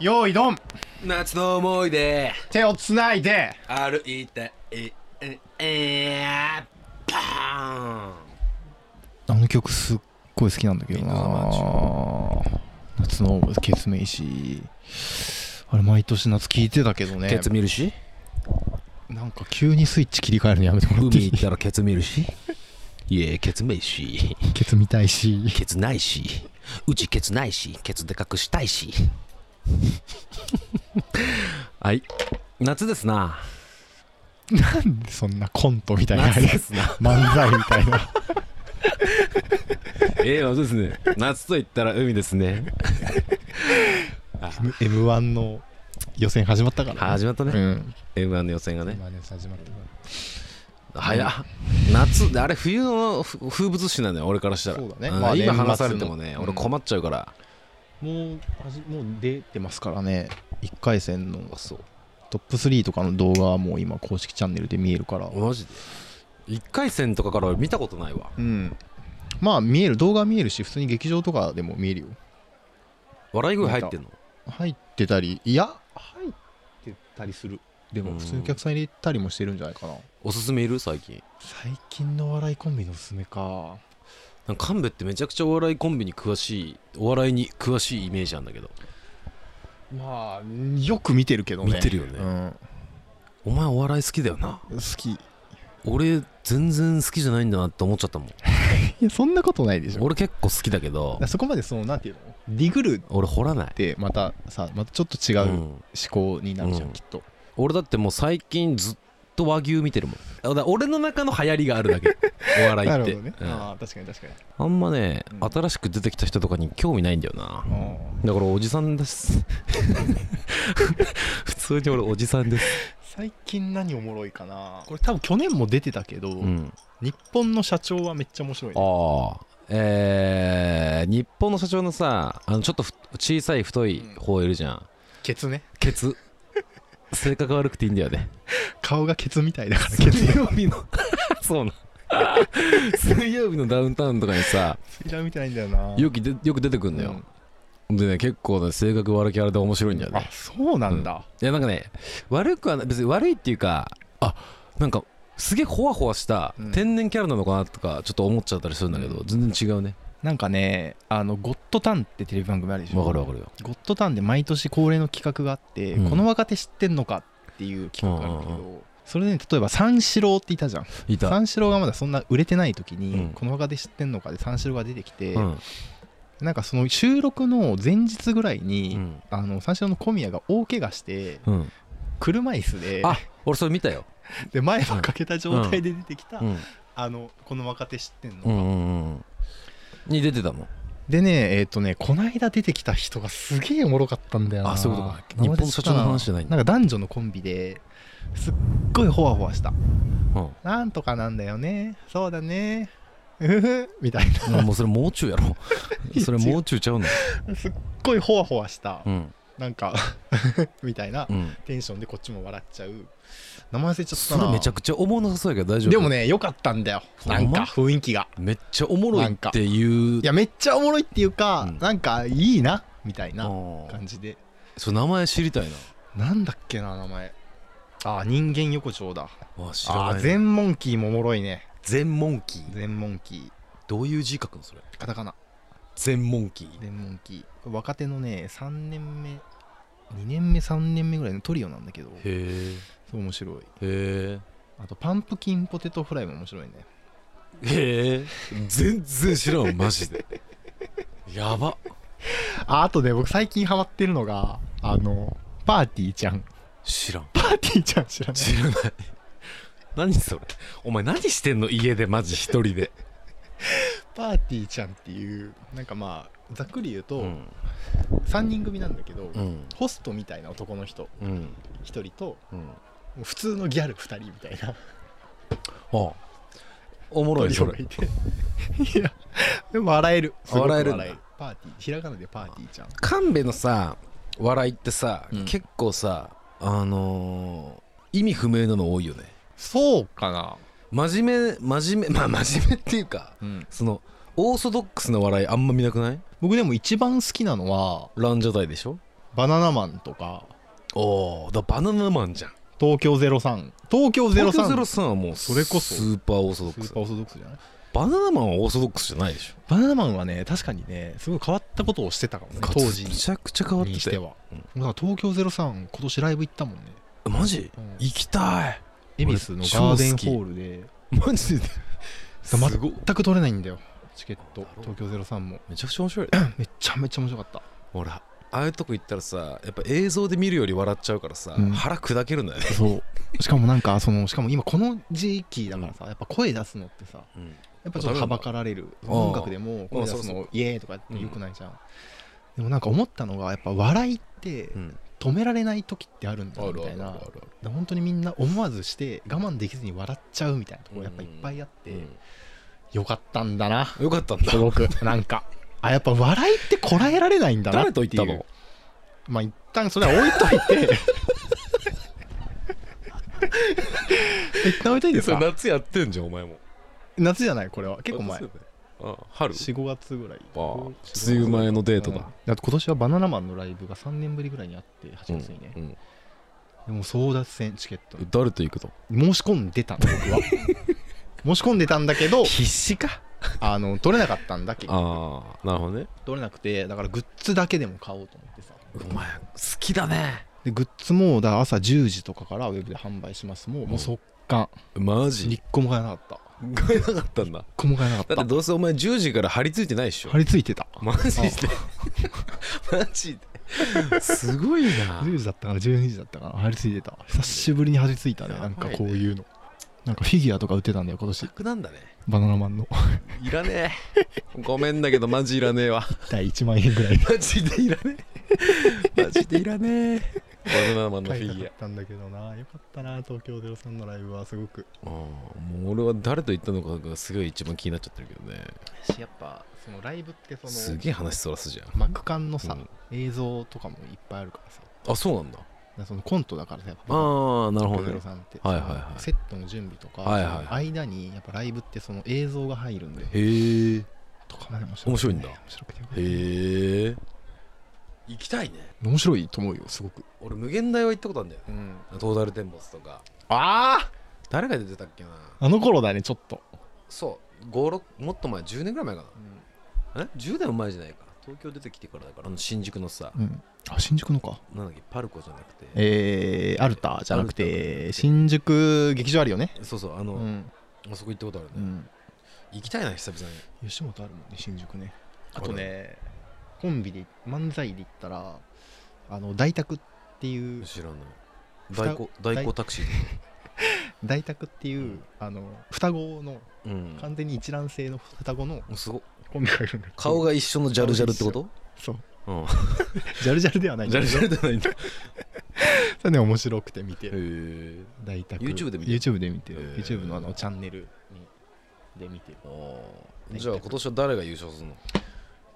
用意ドン夏の思い出手をつないで歩いたえええーパーンあの曲すっごい好きなんだけど水のなマーチ夏のケツメイシあれ毎年夏聴いてたけどねケツ見るしなんか急にスイッチ切り替えるのやめてもらってい海い行ったらケツ見るし いえケツめいしケツ見たいしケツないしうちケツないしケツでかくしたいし はい夏ですななんでそんなコントみたいな夏ですな漫才みたいなええそうですね夏と言ったら海ですね m 1の予選始まったから、始まったうね、ん m 1の予選がね M1 の予選始まったから早っ夏あれ冬のふ風物詩なんだよ俺からしたらそうだねんまあ今年末の話されてもねうん俺困っちゃうから、もう味もう出てますからね1回戦のあそうトップ3とかの動画はもう今公式チャンネルで見えるからマジで1回戦とかから見たことないわうんまあ見える動画は見えるし普通に劇場とかでも見えるよ笑い声入ってんの入ってたりいや入ってたりするでも普通にお客さん入れたりもしてるんじゃないかなおすすめいる最近最近のお笑いコンビのおすすめかなんか神戸ってめちゃくちゃお笑いコンビに詳しいお笑いに詳しいイメージなんだけど、まあよく見てるけどね見てるよね、うんお前お笑い好きだよな好き 俺全然好きじゃないんだなって思っちゃっ たもんいやそんなことないでしょ俺結構好きだ けどそこまでそのなんていうのディグルっ俺掘らない、てまたさまたちょっと違うう思ん、考になるじゃん、うんきっと俺だってもう最近ずっと和牛見てるもんだから俺の中の流行りがあるだ けお笑いって、うんあああ確かに確かにんまね、うん新しく出てきた人とかに興味ないんだよなだからおじさんです 普通に俺おじさんです、最近何おもろいかなこれ多分去年も出てたけど、うん、日本の社長はめっちゃ面白いねああえー、日本の社長のさあのちょっとふ小さい太い方いるじゃんケツねケ ツ性格悪くていいんだよね顔がケツみたいだからケツ 水曜日の そうな水曜日のダウンタウンとかにさいらみたいんだよなよくでよく出てくんのよ、でね結構ね性格悪キャラで面白いんだよあねそうなんだ、いやなんかね悪くはない別に悪いっていうかあなんかすげえほわほわしたうん天然キャラなのかなとかちょっと思っちゃったりするんだけど、うん全然違うねなんかねあの「ゴッドタン」ってテレビ番組あるでしょわかるわかるよゴッドタンで毎年恒例の企画があって、うんこの若手知ってんのかっていう企画があるけど、それでね例えば三四郎っていたじゃんいた、三四郎がまだそんな売れてない時に、うんこの若手知ってんのかで三四郎が出てきて、うんなんかその収録の前日ぐらいうに、んあの三四郎の小宮が大怪我してうん、車椅子であ俺それ見たよ、で前歯かけた状態で出てきた、うん、あのこの若手知ってんの、うんうんうんに出てたのでねえっ、とねこないだ出てきた人がすげえおもろかったんだよなあそういうことか名前日本の社長の話じゃないんだなんか男女のコンビですっごいホワホワしたうんなんとかなんだよねそうだねうふふみたいまあもうそれもう中やろそれもう中ちゃうのなすっごいホワホワした、うんなんかみたいなうんテンションでこっちも笑っちゃう名前忘れちゃったそなれめちゃくちゃおもろなさそうやけど大丈夫でもね良かったんだよなんか雰囲気がめっちゃおもろいっていういやめっちゃおもろいっていうか、うんなんかいいなみたいあなー感じでそう名前知りたいななんだっけな名前あー人間横丁だあ知らあーないな全モンキーもおもろいね全モンキー全モンキーどういう字書くのそれカタカナ全モンキー全モンキー若手のね3年目2年目3年目ぐらいのトリオなんだけどへそう面白いえへあとパンプキンポテトフライも面白いねえへえ全然知ら んマジでやばああとね僕最近ハマってるのがあのパーティーちゃん知らんパーティーちゃん知らない知らない何それお前何してんの家でマジ一人で、パーティーちゃんっていうなんかまあざっくり言うと、うん3人組なんだけど、うんホストみたいな男の人うん1人ともうんう普通のギャル2人みたいなあおも人ろい人そがれいていやでも笑えるすごく笑えるんだパーティーひらがなでパーティーちゃん神戸のさ笑いってさ、うん結構さあのー意味不明なの多いよねそうかな真面目真面目まあ真面目っていうかそのオーソドックスな笑いあんま見なくない僕でも一番好きなのはランジャタイでしょバナナマンとかおおだからバナナマンじゃん東京03東京03東京03はもうそれこそスーパーオーソドッスクースパーオーソドックスじゃないバナナマンはオーソドックスじゃないでしょバナナマンはね確かにねすごい変わったことをしてたかもね当時めちゃくちゃ変わっにてしたてよは、うんだから東京03今年ライブ行ったもんねマジうん行きたい恵比寿のガーデンホールでマジですごい全く取れないんだよチケットだろう東京03も めちゃくちゃ面 白いめちゃめちゃ面白かったほらああいうとこ行ったらさやっぱ映像で見るより笑っちゃうからさ、うん腹砕けるんだよね、そうしかもなんかそのしかも今この時期だからさやっぱ声出すのってさやっぱちょっとはばかられるあ音楽でも声出あすそうそのイエーイとかよくないじゃん、でもなんか思ったのがやっぱ笑いってうん止められない時ってあるんだあなるみあたるあいるなあだかるら本当にみんな思わずして我慢できずに笑っちゃうみたいなところやっぱいっぱいあっうて、んよかったんだなよかったんだすごく なんかあやっぱ笑いってこらえられないんだなってい誰うと行ったのまあ一旦それは置いとい て一旦置いといてそれさ夏やってんじゃんお前も夏じゃないこれは結構前夏だよねあ春45月ぐらいあー梅雨前のデートだうんだって今年はバナナマンのライブが3年ぶりぐらいにあって8月にね、うんでも争奪戦チケットうん誰と行くの申し込んでたの僕 は申し込んでたんだけど必死かあの取れなかったんだけどああなるほどね取れなくてだからグッズだけでも買おうと思ってさお前好きだねでグッズもだから朝10時とかからウェブで販売しますもう,、もう速乾マジ一個も買えなかった買えなかったんだ一個も買えなか だっってどうせお前10時から張り付いてないでしたょ張り付いてたマジで マジですごいな10時だったかな12時だったかな張り付いてた久しぶりに張り付いたねやばないんかねこういうのなんかフィギュアとか売ってたんだよ今年楽なんだねバナナマン のいらねえごめんだけどマジいらねえわ第1万円ぐらいマジでいらねえマジでいらねえ バナナマンのフ買いィたギかュったんだけどなよかったな東京03のライブはすごくアうんもう俺は誰と行ったのかがすごい一番気になっちゃってるけどねやっぱそのライブってそすげえ話そらすじゃん幕間のさ、うん映像とかもいっぱいあるからさだかあそうなんだらそのコントだからさやっぱああなるほどゼねロさんって、はいはいはいそのセットの準備とか、はいはいは間にやっぱライブってその映像が入るんで、へえへとかまで面白面白いくんてだ面白くてよかっえ行きたいねた面白いと思うよすごく、俺無限大は行ったことあるんだよねうん、トータルテンボスとかあ誰が出てたっけなあの頃だねちょっと、そう56もっと前10年ぐらい前かなえ10年も前じゃないか東京出てきてからだからあの新宿のさうん、あ新宿のかなんだっけパルコじゃなくてえー、アルタじゃなくアルタじゃなくてて新宿劇場あるよねそうそうあの、うん、あそこ行ったことあるね、うん、行きたいな久々に吉本あるもんね新宿ねああととねねコンビで漫才で行ったらあの大宅っていう知らないふた代行代行タクシー大宅っていう、あの双子のうん完全に一卵性の双子のもうすごいコンビがいるんだけど顔が一緒のジャルジャルってことそううんジャルジャルではないんジャだけどルジャルじゃないんだへそれね面白くて見てるえ大体 YouTube で見てる YouTube で見てへるー YouTube のあのチャンネルにで見てるじゃあ今年は誰が優勝するの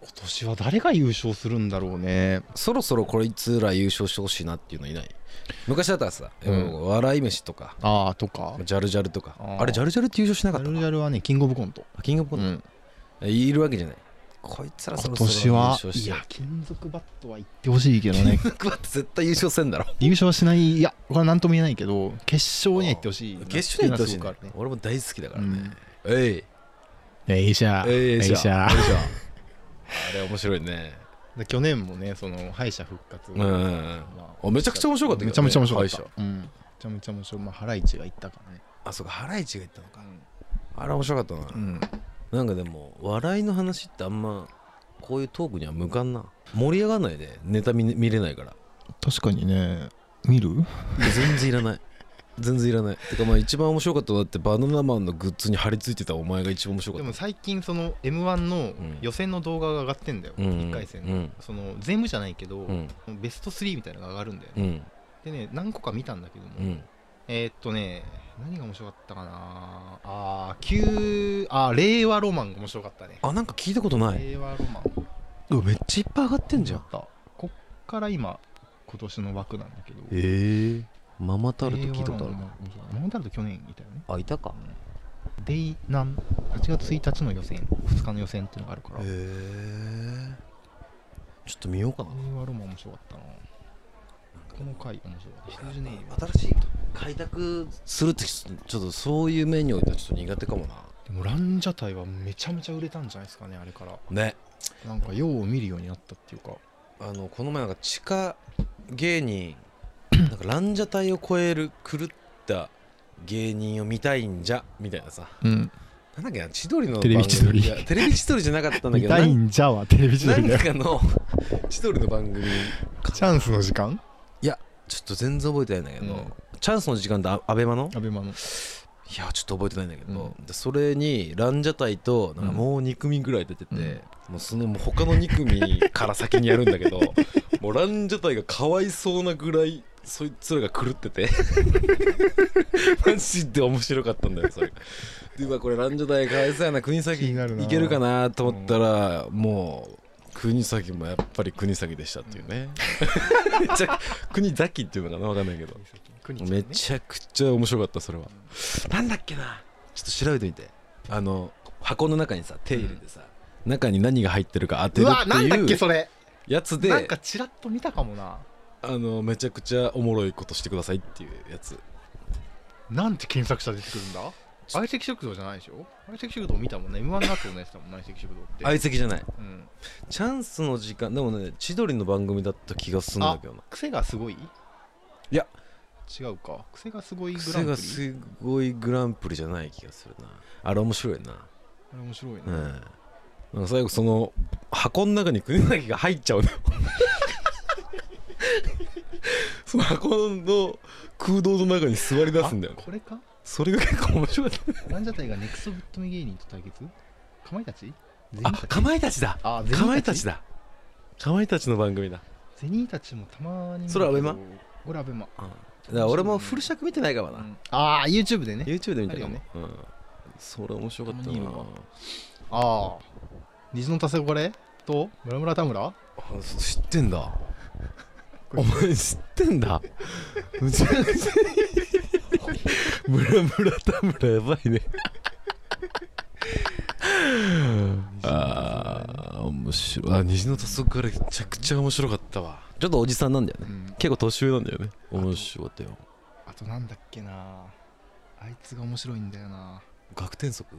今年は誰が優勝するんだろうねそろそろこいつら優勝してほしいなっていうのいない昔だったらさ、うん笑い飯とかああとかジャルジャルとかああーれジャルジャルって優勝しなジかったャかルジャルはねキングオブコントあキングオブコンうんト、いるわけじゃないこいつらそ今ろそろ年優は勝しいてや金属バットは行ってほしいけど ね僕は絶対優勝せんだろ優勝はしないいやこれは何とも言えないけど決勝には行ってほしい決勝に行ってほしいねなっていうのはすごくあるね俺も大好きだからね、えいえいしゃえいえいしゃ ゃよいしょあれ面白いねで去年もねその敗者復活うんうんうんあめちゃくちゃ面白かったけどねめちゃめちゃ面白かっ敗者た、うん、めちゃめちゃ面白いまあハライチが言ったからねあそうかハライチが言ったのかあれ面白かったな、んなんかでも笑いの話ってあんまこういうトークには向かんな盛り上がんないでネタ見見れないから確かにね見る全然いらない 全然いらないてかまあ一番面白かったのはだってバナナマンのグッズに貼り付いてたお前が一番面白かでっも最近その m 1のん予選の動画が上がってんだよ、たうん1回戦うの、んその全部じゃないけど、うんベスト3みたいなのが上がるんだようね、んでね何個か見たんだけども、うんえーっとね何が面白かったかなあー旧あー令和ロマンが面白かったね、あなんか聞いたことない令和ロマンうわめっちゃいっぱい上がってんじゃんあったこっから今今年の枠なんだけどええママタルト聞いたこと令ある和ロマンなが面白かったママタルト去年いたよねあいたかデイナン8月1日の予選2日の予選っていうのがあるからへえちょっと見ようかな令和ロマン面白かったな。この回面白かった。羊ネイル新しい開拓するってちょっとそういう面においてはちょっと苦手かもなでもランジャタイはめちゃめちゃ売れたんじゃないですかね、あれから。ねなんかよう見るようになったっていうか。あのこの前なんか地下芸人なんかランジャタイを超える狂った芸人を見たいんじゃみたいなさうん。なんだっけな千鳥のテレビ千鳥番組いやテレビ千鳥じゃなかったんだ見けどたないんんじゃはテレビ千な鳥だんよ。かの千鳥の番組チャンスの時間ちょっと全然覚えてないんだけど、うんチャンスの時間でアアベマのアベマの。いやちょっと覚えてないんだけど、うでそれにランジャタイとなんかもう2組ぐらい出てて、うんもうそのもう他の2組から先にやるんだけど もうランジャタイがかわいそうなぐらいそいつらが狂ってて マジで面白かったんだよそれでうわこれランジャタイかわいそうやな国崎気になるないけるかなと思ったら、もう国崎もやっぱり国崎でしたっていうね、 めっちゃ国崎っていうのかなわかんないけどめちゃくちゃ面白かったそれは、なんだっけなちょっと調べてみてあの箱の中にさ手入れてさ、中に何が入ってるか当てうるわ、なんだっっていけ、うそれ。やつなんでかチラッと見たかもな。あのめちゃくちゃおもろいことしてくださいっていうやつなんて検索者出てくるんだ相席食堂じゃないでしょ相席食堂見たもんね。M1 の後のやつだもんね、相席食堂って。相席じゃないうん。チャンスの時間でもね千鳥の番組だった気がするんだけどな癖がすごいいや。違うか。癖がすごいグラ癖ンプがリ。すごいグランプリじゃない気がするなあれ面白いなあれ面白いね。うんなんか最後その箱の中に国崎が入っちゃうのよ その箱の空洞の中に座り出すんだよあこれかそれが結構面白かったランジャタイがネクストぶっ飛び芸人と対決かまいたちゼニあーかまいたちだあかまいたちだかまいたちの番組だゼニーたちもたまに見るけどそれアベマ俺アベマだから俺もフル尺見てないかもうな、んああ YouTube でね YouTube で見たあかも、るよねうん、それ面白かったたまにいいなのああ虹の黄昏と村村田村あそ知ってんだこれお前知ってんだむちゃくちゃムラムラ田村やばい ねああ面白いあ虹の黄昏めちゃくちゃ面白かったわちょっとおじさんなんだようねん結構年上なんだよね面白かったよあとなんだっけなあいつが面白いんだよな学天則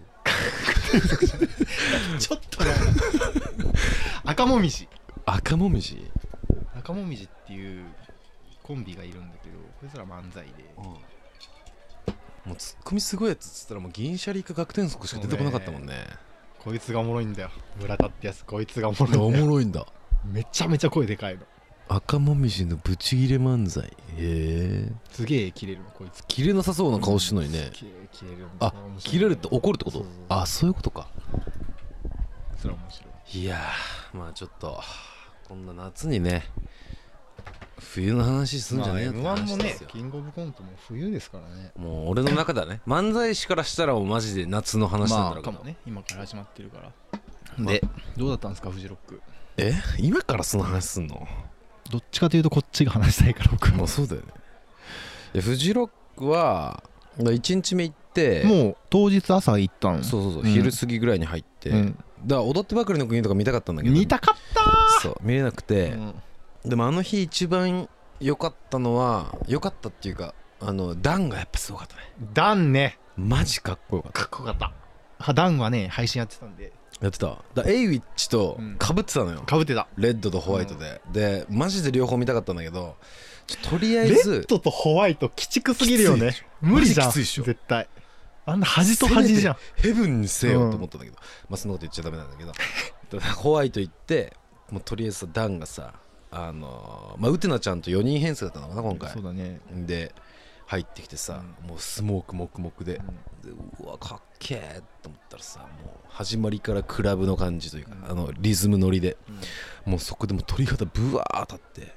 ちょっと赤もみじ赤もみじ赤もみじっていうコンビがいるんだけどこいつら漫才でもうツッコミすごいやつっつったらもう銀シャリか学天則しか出てこなかったもんねこいつがおもろいんだよ村田ってやつこいつがおもろいんいやだよおもろいんだめちゃめちゃ声でかいの赤もみじのブチギレ漫才へえすげえ切れるのこいつ切れなさそうな顔してんのにねすげえ切れるのあこれ面白いね切れるって怒るってことそうそうあそういうことかそれは面白いいやーまあちょっとこんな夏にね冬の話すんじゃねえよってまあ M1 も話でねすよ、キングオブコントも冬ですからねもう俺の中だね漫才師からしたらもうマジで夏の話なんだろうけかど、もね今から始まってるからでどうだったんですかフジロックえ今からその話すんのどっちかというとこっちが話したいから僕まもあそうだよねいやフジロックは1日目行ってう当日朝行ったのそうそうそう、ん昼過ぎぐらいに入って、んだから踊ってばかりの国とか見たかったんだけど見たかったそう見れなくて、うんでもあの日一番良かったのは良かったっていうかあのダンがやっぱすごかったねダンねマジかっこよかったかっこよかったはダンはね配信やってたんでやってただエイウィッチとうんかぶってたのよ、かぶってたレッドとホワイトで、でマジで両方見たかったんだけどちょとりあえレずッドとホワイト鬼畜すぎるよきついでねしょ無理じゃんマジきついでしょ絶対あんな端と端じゃんヘブンにせよと思ったんだけど、まあそんなこと言っちゃダメなんだけど ただホワイト行ってもうとりあえずさダンがさあのーまあウテナちゃんと4人編成だったのかな今回そうだねで入ってきてさ、もうスモークもくもくで、でうわかっけえと思ったらさもう始まりからクラブの感じというか、うんあのリズム乗りでうんもうそこでもう鳥肌ブワー立って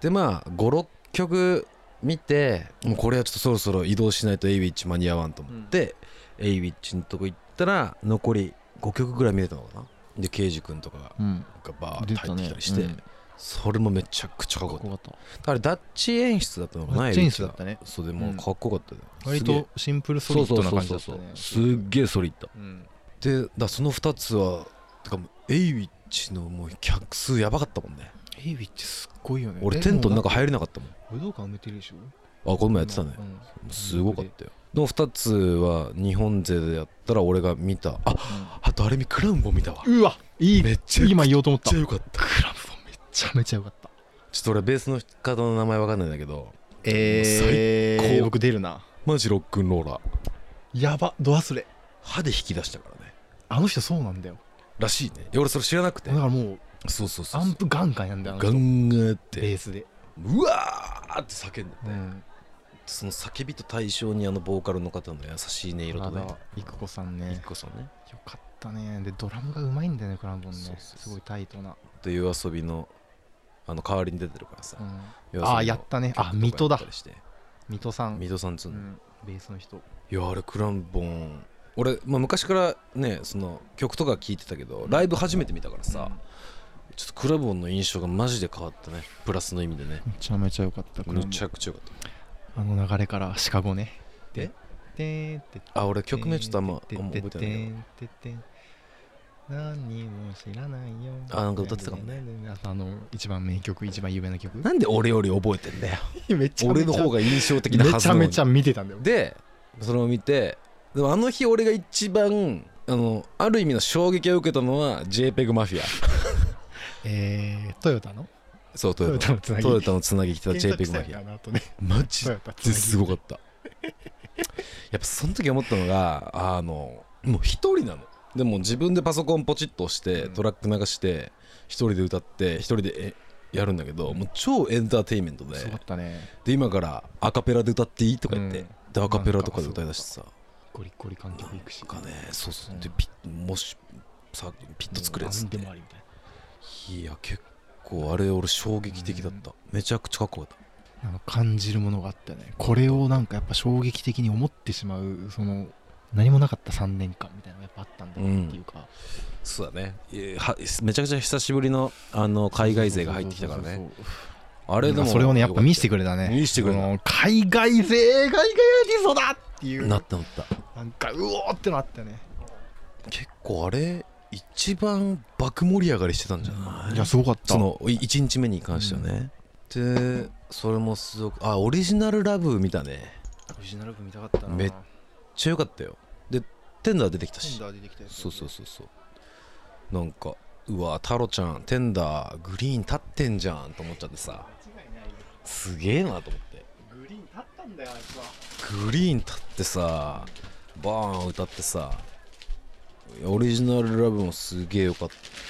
でまあ56曲見てもうこれはちょっとそろそろ移動しないとエイウィッチ間に合わんと思って、エイウィッチのとこ行ったら残り5曲ぐらい見れたのかなでケイジ君とかがうんがバーッ出とた入ねってきたりして、うんそれもめちゃくちゃかっこよかっよかったあれダッチ演出だったのかたなめっちゃいいんすだったねそうでもうかっこよかったね、割とシンプルソそリうッそドうなそう感じそだうったそうねすっげえソリッドうんでだその2つはだからエイウィッチのもう客数やばかったもんねエイビってすっごいよね俺テントの中る入れなかったもん武道館埋めてるでしょあこの前やってたねうんすごかったよの2つは日本勢でやったら俺が見たああとあれ見クラウンも見たわうわいいめっちゃ今言おうと思っためっちゃよかったクラブはめちゃめちゃよかったちょっと俺ベースの方の名前わかんないんだけどえ最高僕出るなマジロックンローラーやばド忘れ歯で引き出したからねあの人そうなんだよらしいねいや俺それ知らなくてだからもうそうそうそうアンプガンガンやんだよあのガ人ンガンやっベてースで、うわーって叫んでうん、その叫びと対象にあのボーカルの方の優しい音色と原ね田育子さんね一個さんねよかったねでドラムがうまいんだよねクランボンねそうそうそうすごいタイトな、という遊びのあの代わりに出てるからさうん、夜遊びのああやったねあ曲水戸とかだやったりして水戸さん、水戸さんつううの、ん、ベースの人いやあれクランボン俺、まあ、昔からねその曲とか聴いてたけどライブ初めて見たからさ、ちょっとクラボンの印象がマジで変わったねプラスの意味でねめちゃめちゃ良かっためちゃくちゃよかっあの流れからシカゴねえてーんてたあ俺曲名ちょっとあんまあんてま覚えててないけどんててん何にも知らないよあなんか歌ってたかもねあとあの一番名曲一番有名な曲なんで俺より覚えてんだよめちゃめ俺ちゃの方が印象的なはめずちなゃのにめちゃ見てたん だよでそれを見てでもあの日俺が一番あのある意味の衝撃を受けたのは JPEG マフィアえー、トヨタのそうトトヨヨタタのつなぎトヨタのつなぎ来てた検索 JPEG しマたフィよアねあの後 ねマジトでヨタつなぎすごかったやっぱその時思ったのがあのもう一人なのでも自分でパソコンポチッと押してうんトラック流して一人で歌って一人でえやるんだけどもう超エンターテインメントですごかったねで今からアカペラで歌っていいとか言って、うんでアカペラとかで歌いだしてさゴリゴリ観客行くしかねそうそううんでピッもしさピッと作れっつっ何てでもありみたいいや結構あれ俺衝撃的だった、めちゃくちゃかっこよかっなあの感じるものがあったよねこれをなんかやっぱ衝撃的に思ってしまうその何もなかった3年間みたいなのがやっぱあったんだなっていうか、たそうだねえーはめちゃくちゃ久しぶりのあの海外勢が入ってきたからねああれでもそれをねやっぱ見せてくくれたね見せてくれたその海外勢海外アーティストだっていうななったなったんかうおーってのあったよね結構あれ一番爆盛り上がりしてたんじゃないいやすごかったその1日目に関してはね、でそれもすごくあオリジナルラブ見たねオリジナル部見たかったなめっめっちゃ良かったよでテンダー出てきたテンしダー出てきたやつそうそうそうそうなんかうわタロちゃんテンダーグリーン立ってんじゃんと思っちゃってさすげえなと思ってグリーン立ったんだよあいつはグリーン立ってさバーン歌ってさオリジナルラブもすげえ良かっ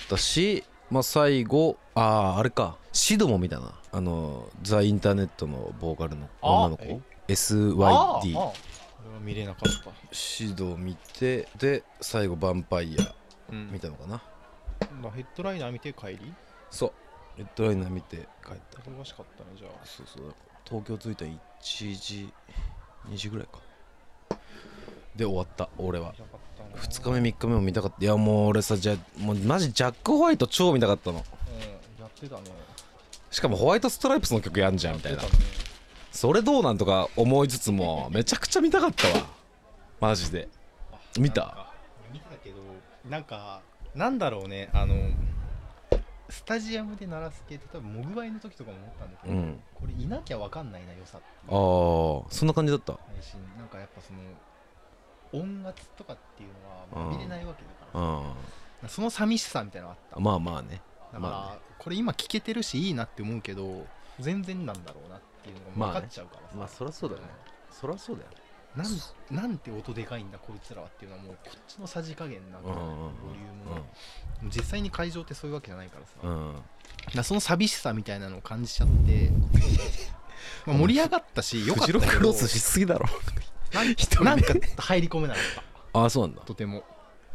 たしまあ最後あああれかシドも見たなあのザ・インターネットのボーカルの女のあえ子 SYD あれは見れなかった、シドを見てで最後ヴァンパイアうん見たのかなまあ、ヘッドライナー見て帰りそうレッドライナー見て帰った忙しかったねじゃあそうそう東京着いた1時2時ぐらいかで終わった俺はなかったな2日目3日目も見たかったいやもう俺さじゃもうマジジャック・ホワイト超見たかったのうんやってたねしかもホワイト・ストライプスの曲やんじゃんみたいなそれどうなんとか思いつつ もめちゃくちゃ見たかったわマジで見たなんか見たけどなんかなんだろうねあのスタジアムで鳴らす系って多分モグワイの時とかも思ったんだけど、うんこれいなきゃわかんないな良さってああそんな感じだった配信なんかやっぱその音楽とかっていうのはうん見れないわけだから、あその寂しさみたいなのがああまあまあねっただから、まあこれ今聴けてるしいいなって思うけど全然なんだろうなっていうのが分かっちゃうからさ、そりゃそうだよねそりゃそうだよなんなんて音でかいんだこいつらはっていうのはもうこっちのさじ加減なんだよねうんうんうんうんボリュームの、実際に会場ってそういうわけじゃないからさ、うだかんうんらその寂しさみたいなのを感じちゃって まあ盛り上がったしよかったけどフジロックロスしすぎだろなんなんか入り込めなかっああそうなんだたとても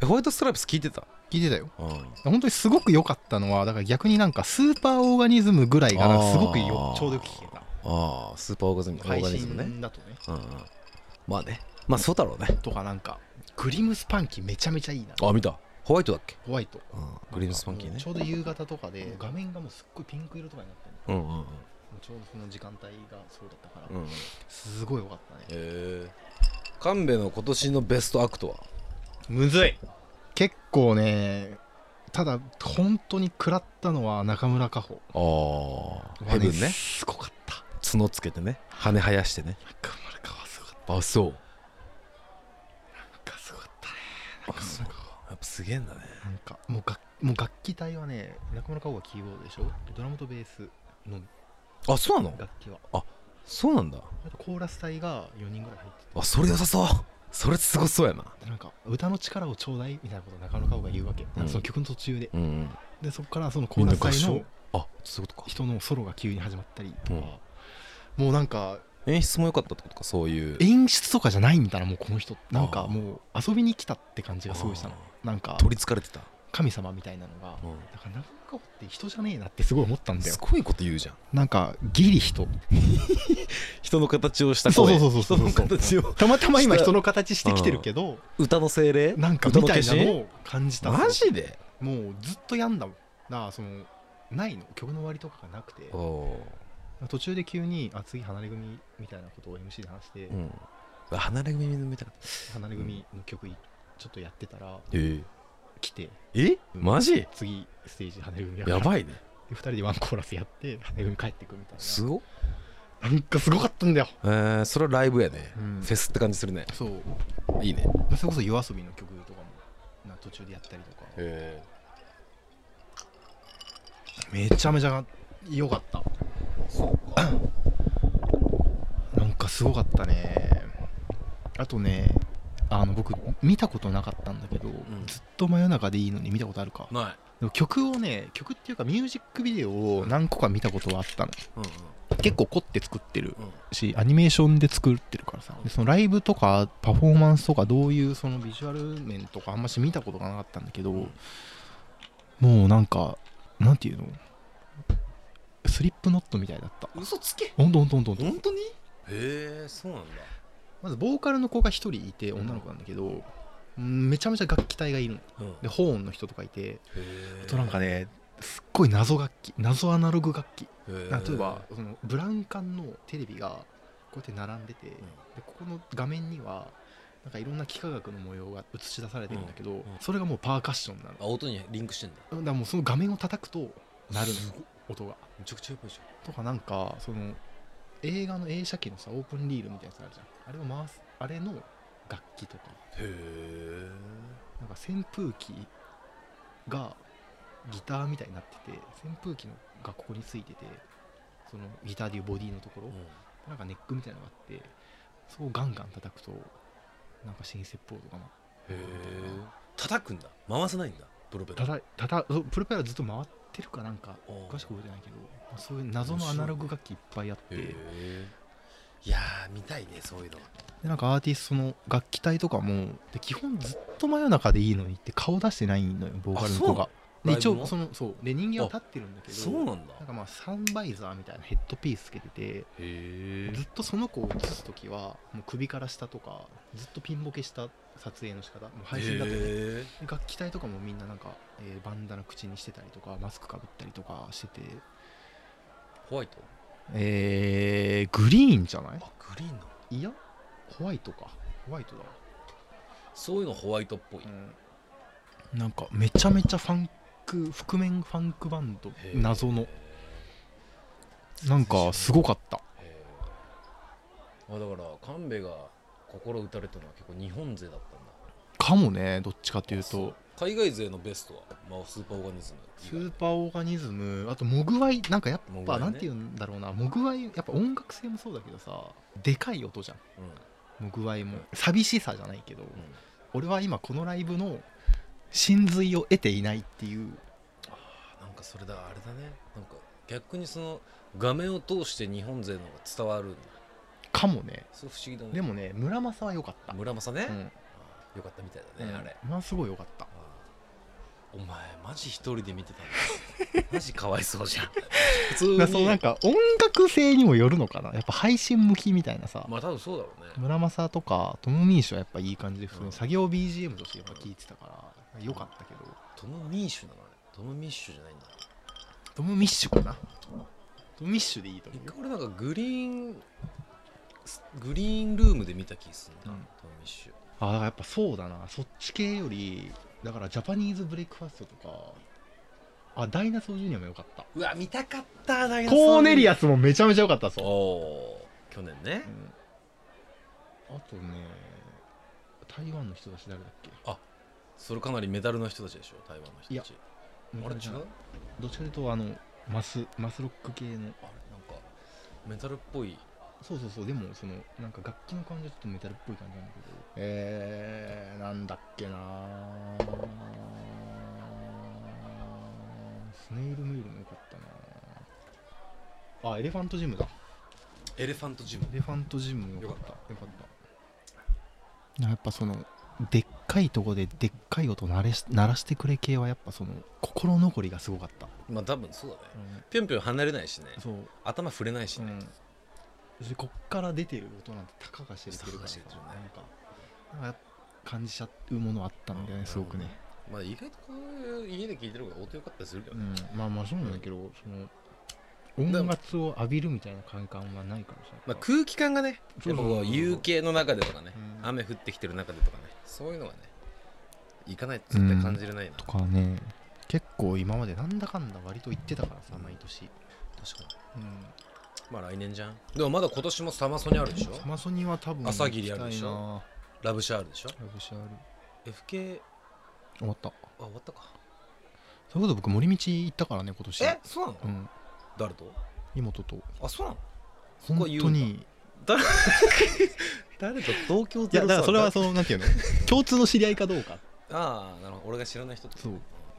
えホワイトストライプス聞いてた聞いてたようん本当にすごく良かったのはだから逆になんかスーパーオーガニズムぐらいがなんかすごくよあーちょうどよく聞けたああスーパーオーガズムオー配ガニズムね信だとねうんうんまあねまあそうだろうねとかなんかグリムスパンキーめちゃめちゃいいなあ見たホワイトだっけホワイトうんグリーンスパンキーなんねかもうちょうど夕方とかで画面がもうすっごいピンク色とかになってるうんうんうんもうちょうどその時間帯がそうだったから、うんうんへすごい良かったねえ神戸の今年のベストアクトはむずい結構ねただ本当に食らったのは中村佳穂ああはヘブンねすごかった角つけてね羽生やしてね中村佳穂はすごかっあそうたすごかったねあそうやっぱすげえんだねなんかもうがもう楽器隊はね中村佳穂がキーボードでしょドラムとベースのあそうなの楽器はそうなんだあとコーラス隊が4人ぐらい入ってあそれ良さそうそれすごそうやなてなんか歌の力をちょうだいみたいなことを中野顔が言うわけ、うんその曲の途中でうんうんでそこからそのコみーんなラ合ス隊唱のあそういうことか人のソロが急に始まったりとか、もうなんか演出も良かったってことかそういう演出とかじゃないんだなもうこの人なんあかーもう遊びに来たって感じがすごいしたのあなんか取りつかれてた、神様みたいなのがうんだから中野顔って人じゃねえなってすごい思ったんだよすごいこと言うじゃんなんかギリ人人の形をしたそう声そうそうそう人の形をたまたま今した人の形してきてるけど歌の精霊なんか歌みのた化いなの身を感じたマジでもうずっとやんだもんだからそのないの曲の終わりとかがなくてお途中で急に「あ次離れ組」みたいなことを MC で話して、ーうんあ離れ組見たかった離れ組の曲ちょっとやってたらえ来てええマジ次ステージ離れ組ややいばいね2人でワンコーラスやって離れ組帰ってくみたいすごっななんかすごかったんだよ、えー、それはライブやね、うんフェスって感じするねそういいねそれこそ夜遊びの曲とかもな途中でやったりとかえめちゃめちゃ良かったなんかすごかったねあとねあの僕見たことなかったんだけど、んずっと真夜中でいいのに見たことあるかない、でも曲をね曲っていうかミュージックビデオを何個か見たことはあったのうんうん結構凝って作ってるうんしアニメーションで作ってるからさでそのライブとかパフォーマンスとかどういうそのビジュアル面とかあんまし見たことがなかったんだけど、んもうなんかなんていうのスリップノットみたいだった嘘つけほんとほんとほんとほんと本当にへえそうなんだまずボーカルの子が1人いて女の子なんだけど、うんめちゃめちゃ楽器隊がいるのうんでホーンの人とかいてえあとなんかねすっごい謎楽器謎アナログ楽器例なんか例えばそのブラウン管のテレビがこうやって並んでて、でここの画面にはなんかいろんな幾何学の模様が映し出されてるんだけど、んそれがもうパーカッションなのだか音にリンクしてんだらもうその画面を叩くと鳴るのすよ音がめちゃくちゃやばいじとかなんかその映画の映写機のさオープンリールみたいなやつあるじゃんあれを回すあれの楽器とかゃんへえなんか扇風機がギターみたいになってて扇風機のがここについててそのギターでいうボディのところ、なんかネックみたいなのがあってそこをガンガン叩くとなんか新設ポートがなへえ叩くんだ回さないんだプロペたラだただそうプロペラずっと回ってるかなんかおう詳しく覚えてないけどまあそういう謎のアナログ楽器いっぱいあってへでえいやー見たいねそういうのなんかアーティストの楽器隊とかもで基本ずっと真夜中でいいのにって顔出してないのよボーカルの子があで一ライブ応のそのそうで人間は立ってるんだけどそうなんだなんかまあサンバイザーみたいなヘッドピースつけててへずっとその子を映す時はもう首から下とかずっとピンボケした撮影の仕方もう配信だとねえで楽器隊とかもみんななんか、えーバンダナ口にしてたりとかマスクかぶったりとかしててホワイトえー、グリーンじゃなあグリーンなのいいやホワイトかホワイトだわそういうのホワイトっぽいうんなんかめちゃめちゃファンク覆面ファンクバンドへー謎のなんかすごかったへーあだから神戸が心打たれたのは結構日本勢だったんだかもねどっちかというと海外勢のベストは、まあ、スーパーオーガニズムスーパーオーガニズムあとモグワイなんかやっモグワぱイねなんて言うんだろうなモグワイやっぱ音楽性もそうだけどさでかい音じゃんうんモグワイも寂しさじゃないけど、俺は今このライブの真髄を得ていないっていうあなんかそれだあれだねなんか逆にその画面を通して日本勢の方が伝わるんだかもねそう不思議だねでもね村正は良かった、村正ね、うあんーよかったみたいだね、あれまあすごい良かったあーお前マジ一人で見 てたんだマジかわいそうじゃん普通だからそうなんか音楽性にもよるのかなやっぱ配信向きみたいなさ、まあ多分そうだろうね村正とかトム・ミーシュはやっぱいい感じで普通うにん作業 BGM としてやっぱ聴いてたから良かったけどトム・ミッシュなのあれトム・ミッシュじゃないんだトム・ミッシュかなトム・ミッシュでいいと思一うよ回俺なんかグリーングリーンルームで見た気すんな、うんトム・ミッシュあだからやっぱそうだなそっち系よりだからジャパニーズブレイクファーストとかあダイナソージュニアも良かったうわ見たかったダイナソーコーネリアアスもめちゃめちゃ良かったおぞ、おー去年ねうんあとね台湾の人たち誰だっけそれかなりメダルの人たちでしょ台湾の人たちあれ違うどっちかというとあのマスマスロック系のあれなんかメタルっぽいそうそうそうでもそのなんか楽器の感じはちょっとメタルっぽい感じなんだけどえー、なんだっけなスネイルメイルもよかったなあエレファントジムだエレファントジムエレファントジムもよかったよよかったやっぱそのでっかいとこででっかい音鳴れし鳴らしてくれ系はやっぱその心残りがすごかった、まあ多分そうだねぴょんぴょん離れないしねそう頭触れないしね、うん、でこっから出てる音なんてたかが知れてるからさたかなんかが知れてなんか感じちゃうものあったんだよねすごくね、まあ意外とこういう家で聴いてる方が音良かったりするけどね、まあまあそうなんだけど、その音楽を浴びるみたいな感覚がないからさ、まあ、空気感がねそやうっぱそうそうこう夕景の中でとかね、うん雨降ってきてる中でとかねそういうのがね行かないと絶対感じれないな、とかね結構今までなんだかんだ割と言ってたからさ毎年、確かにうん、まあ来年じゃんでもまだ今年もサマソニあるでしょサマソニは多分朝霧あるで行きしょたいなラブシャールでしょラブシャール FK 終わったあ終わったかそういうこと僕森道行ったからね今年えそうなの、うん誰と妹とあそうなのそこ本は言当うんだに誰と同居いやだからそれはそのなん ていうの共通の知り合いかどうかああなるほど俺が知らない人ってそう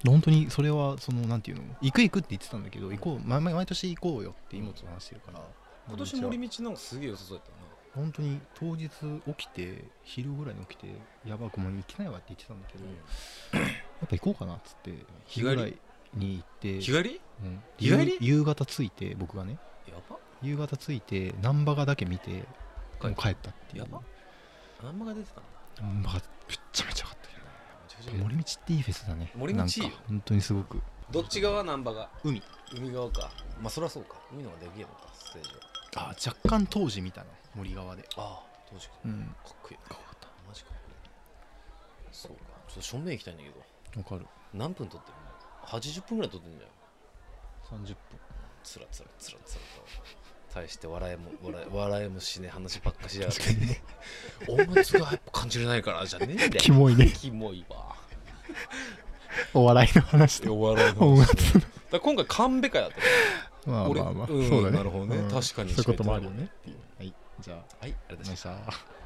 本当にそれはそのなんていうの行く行くって言ってたんだけど行こう毎毎年行こうよって妹と話してるから今年道は森道なんかすげえ良さそうやったな本当に当日起きて昼ぐらいに起きてやばいごめん行きないわって言ってたんだけど、うんやっぱ行こうかなっつって日日帰りぐらいに行って日帰りうん日帰り夕夕方着いて僕がねやば夕方着いて難波がだけ見てもう帰ったっていうやばあんまが出てたんだ難波がめっちゃめちゃ良かったけどねめちゃくちゃいい森道っていいフェスだね森道いいよなんか本当にすごくどっち側難波が海海側かまあそりゃそうか海の方がでけえのかステージはあ若干当時見たな森側でああ当時かうんっこいいかっこったマジかっこいいそうかちょっと正面行きたいんだけどわかる何分撮ってるの80分ぐらい撮ってんじゃん30分つらつらつらつらと対して笑いも笑い笑いもしねえ話ばっかしやがってね音楽がやっぱ感じれないからじゃねえんだよ キモいねキモいわお笑いの話とお笑い音楽だから今回神戸会だったねまあまあまあ俺うんそうだねなるほどねうん確かにそういうこともあるよねうんはいじゃあはいありがとうございましたさ